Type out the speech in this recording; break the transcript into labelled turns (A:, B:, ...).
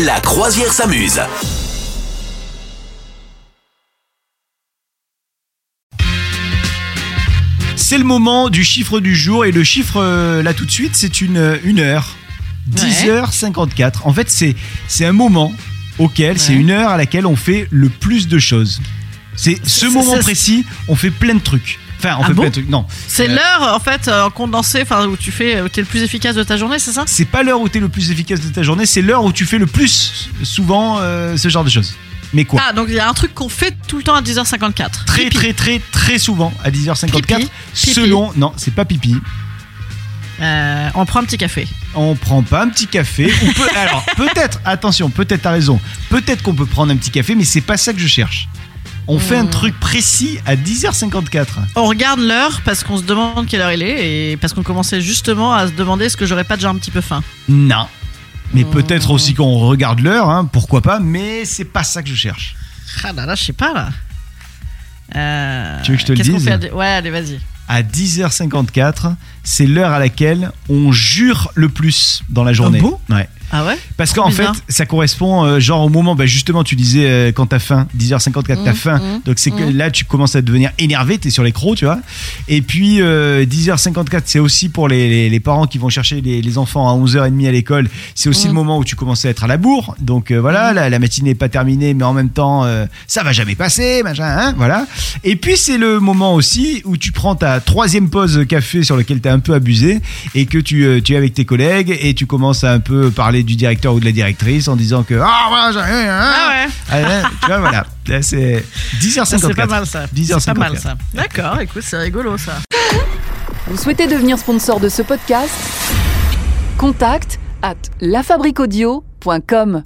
A: La croisière s'amuse.
B: C'est le moment du chiffre du jour et le chiffre euh, là tout de suite c'est une, euh, une heure. 10h54. En fait c'est, c'est un moment auquel, c'est
C: Ouais.
B: une heure à laquelle on fait le plus de choses. C'est ce
C: C'est-
B: moment
C: c'est-
B: précis, on fait plein de trucs. Enfin, on
C: Ah
B: fait
C: bon
B: plein de trucs. Non,
C: C'est
B: Euh,
C: l'heure en fait euh, condensée, enfin où tu fais, où t'es le plus efficace de ta journée, c'est ça
B: c'est pas l'heure où t'es le plus efficace de ta journée, c'est l'heure où tu fais le plus souvent euh, ce genre de choses. Mais quoi
C: Ah donc il y a un truc qu'on fait tout le temps à 10h54.
B: Très
C: Pipi.
B: très très très souvent à 10h54
C: Pipi. Pipi.
B: selon non, c'est pas pipi.
C: Euh, on prend un petit café.
B: on prend pas un petit café on peut, alors peut-être attention peut-être t'as raison peut-être qu'on peut prendre un petit café mais c'est pas ça que je cherche on fait un truc précis à 10h54
C: On regarde l'heure parce qu'on se demande quelle heure il est et parce qu'on commençait justement à se demander est-ce que j'aurais pas déjà un petit peu faim.
B: non Hmm. mais peut-être aussi qu'on regarde l'heure hein, pourquoi pas mais c'est pas ça que je cherche
C: Ah là là, je sais pas là. Euh,
B: Tu veux que je te le
C: qu'est-ce qu'on
B: dise
C: fait à dé- Ouais, allez, vas-y.
B: à 10h54 c'est l'heure à laquelle on jure le plus dans la journée
C: Ah bon
B: ouais
C: Ah ouais
B: Parce
C: Trop
B: qu'en fait,
C: bizarre.
B: ça correspond euh, genre au moment, bah, justement, tu disais euh, quand t'as faim, 10h54, t'as
C: Mmh,
B: faim.
C: mmh,
B: Donc c'est que
C: mmh.
B: là, tu commences à devenir énervé, t'es sur les crocs, tu vois. Et puis, euh, 10h54, c'est aussi pour les, les- les parents qui vont chercher les, les enfants à 11h30 à l'école. C'est aussi
C: Mmh.
B: le moment où tu commences à être à la bourre. Donc euh,
C: Mhm.
B: voilà, la, la matinée n'est pas terminée, mais en même temps, euh, ça va jamais passer, machin, hein, voilà. Et puis, c'est le moment aussi où tu prends ta troisième pause café sur lequel t'as un peu abusé et que tu, euh, tu es avec tes collègues et tu commences à un peu parler du directeur ou de la directrice en disant que ah voilà, j'ai-
C: Ah
B: ah,
C: ouais
B: ah, tu vois voilà Là, c'est 10h54
C: C'est pas mal ça.
B: 10h54.
C: C'est pas mal ça. D'accord, écoute, c'est rigolo ça.
D: Vous souhaitez devenir sponsor de ce podcast Contact à lafabriquaudio.com.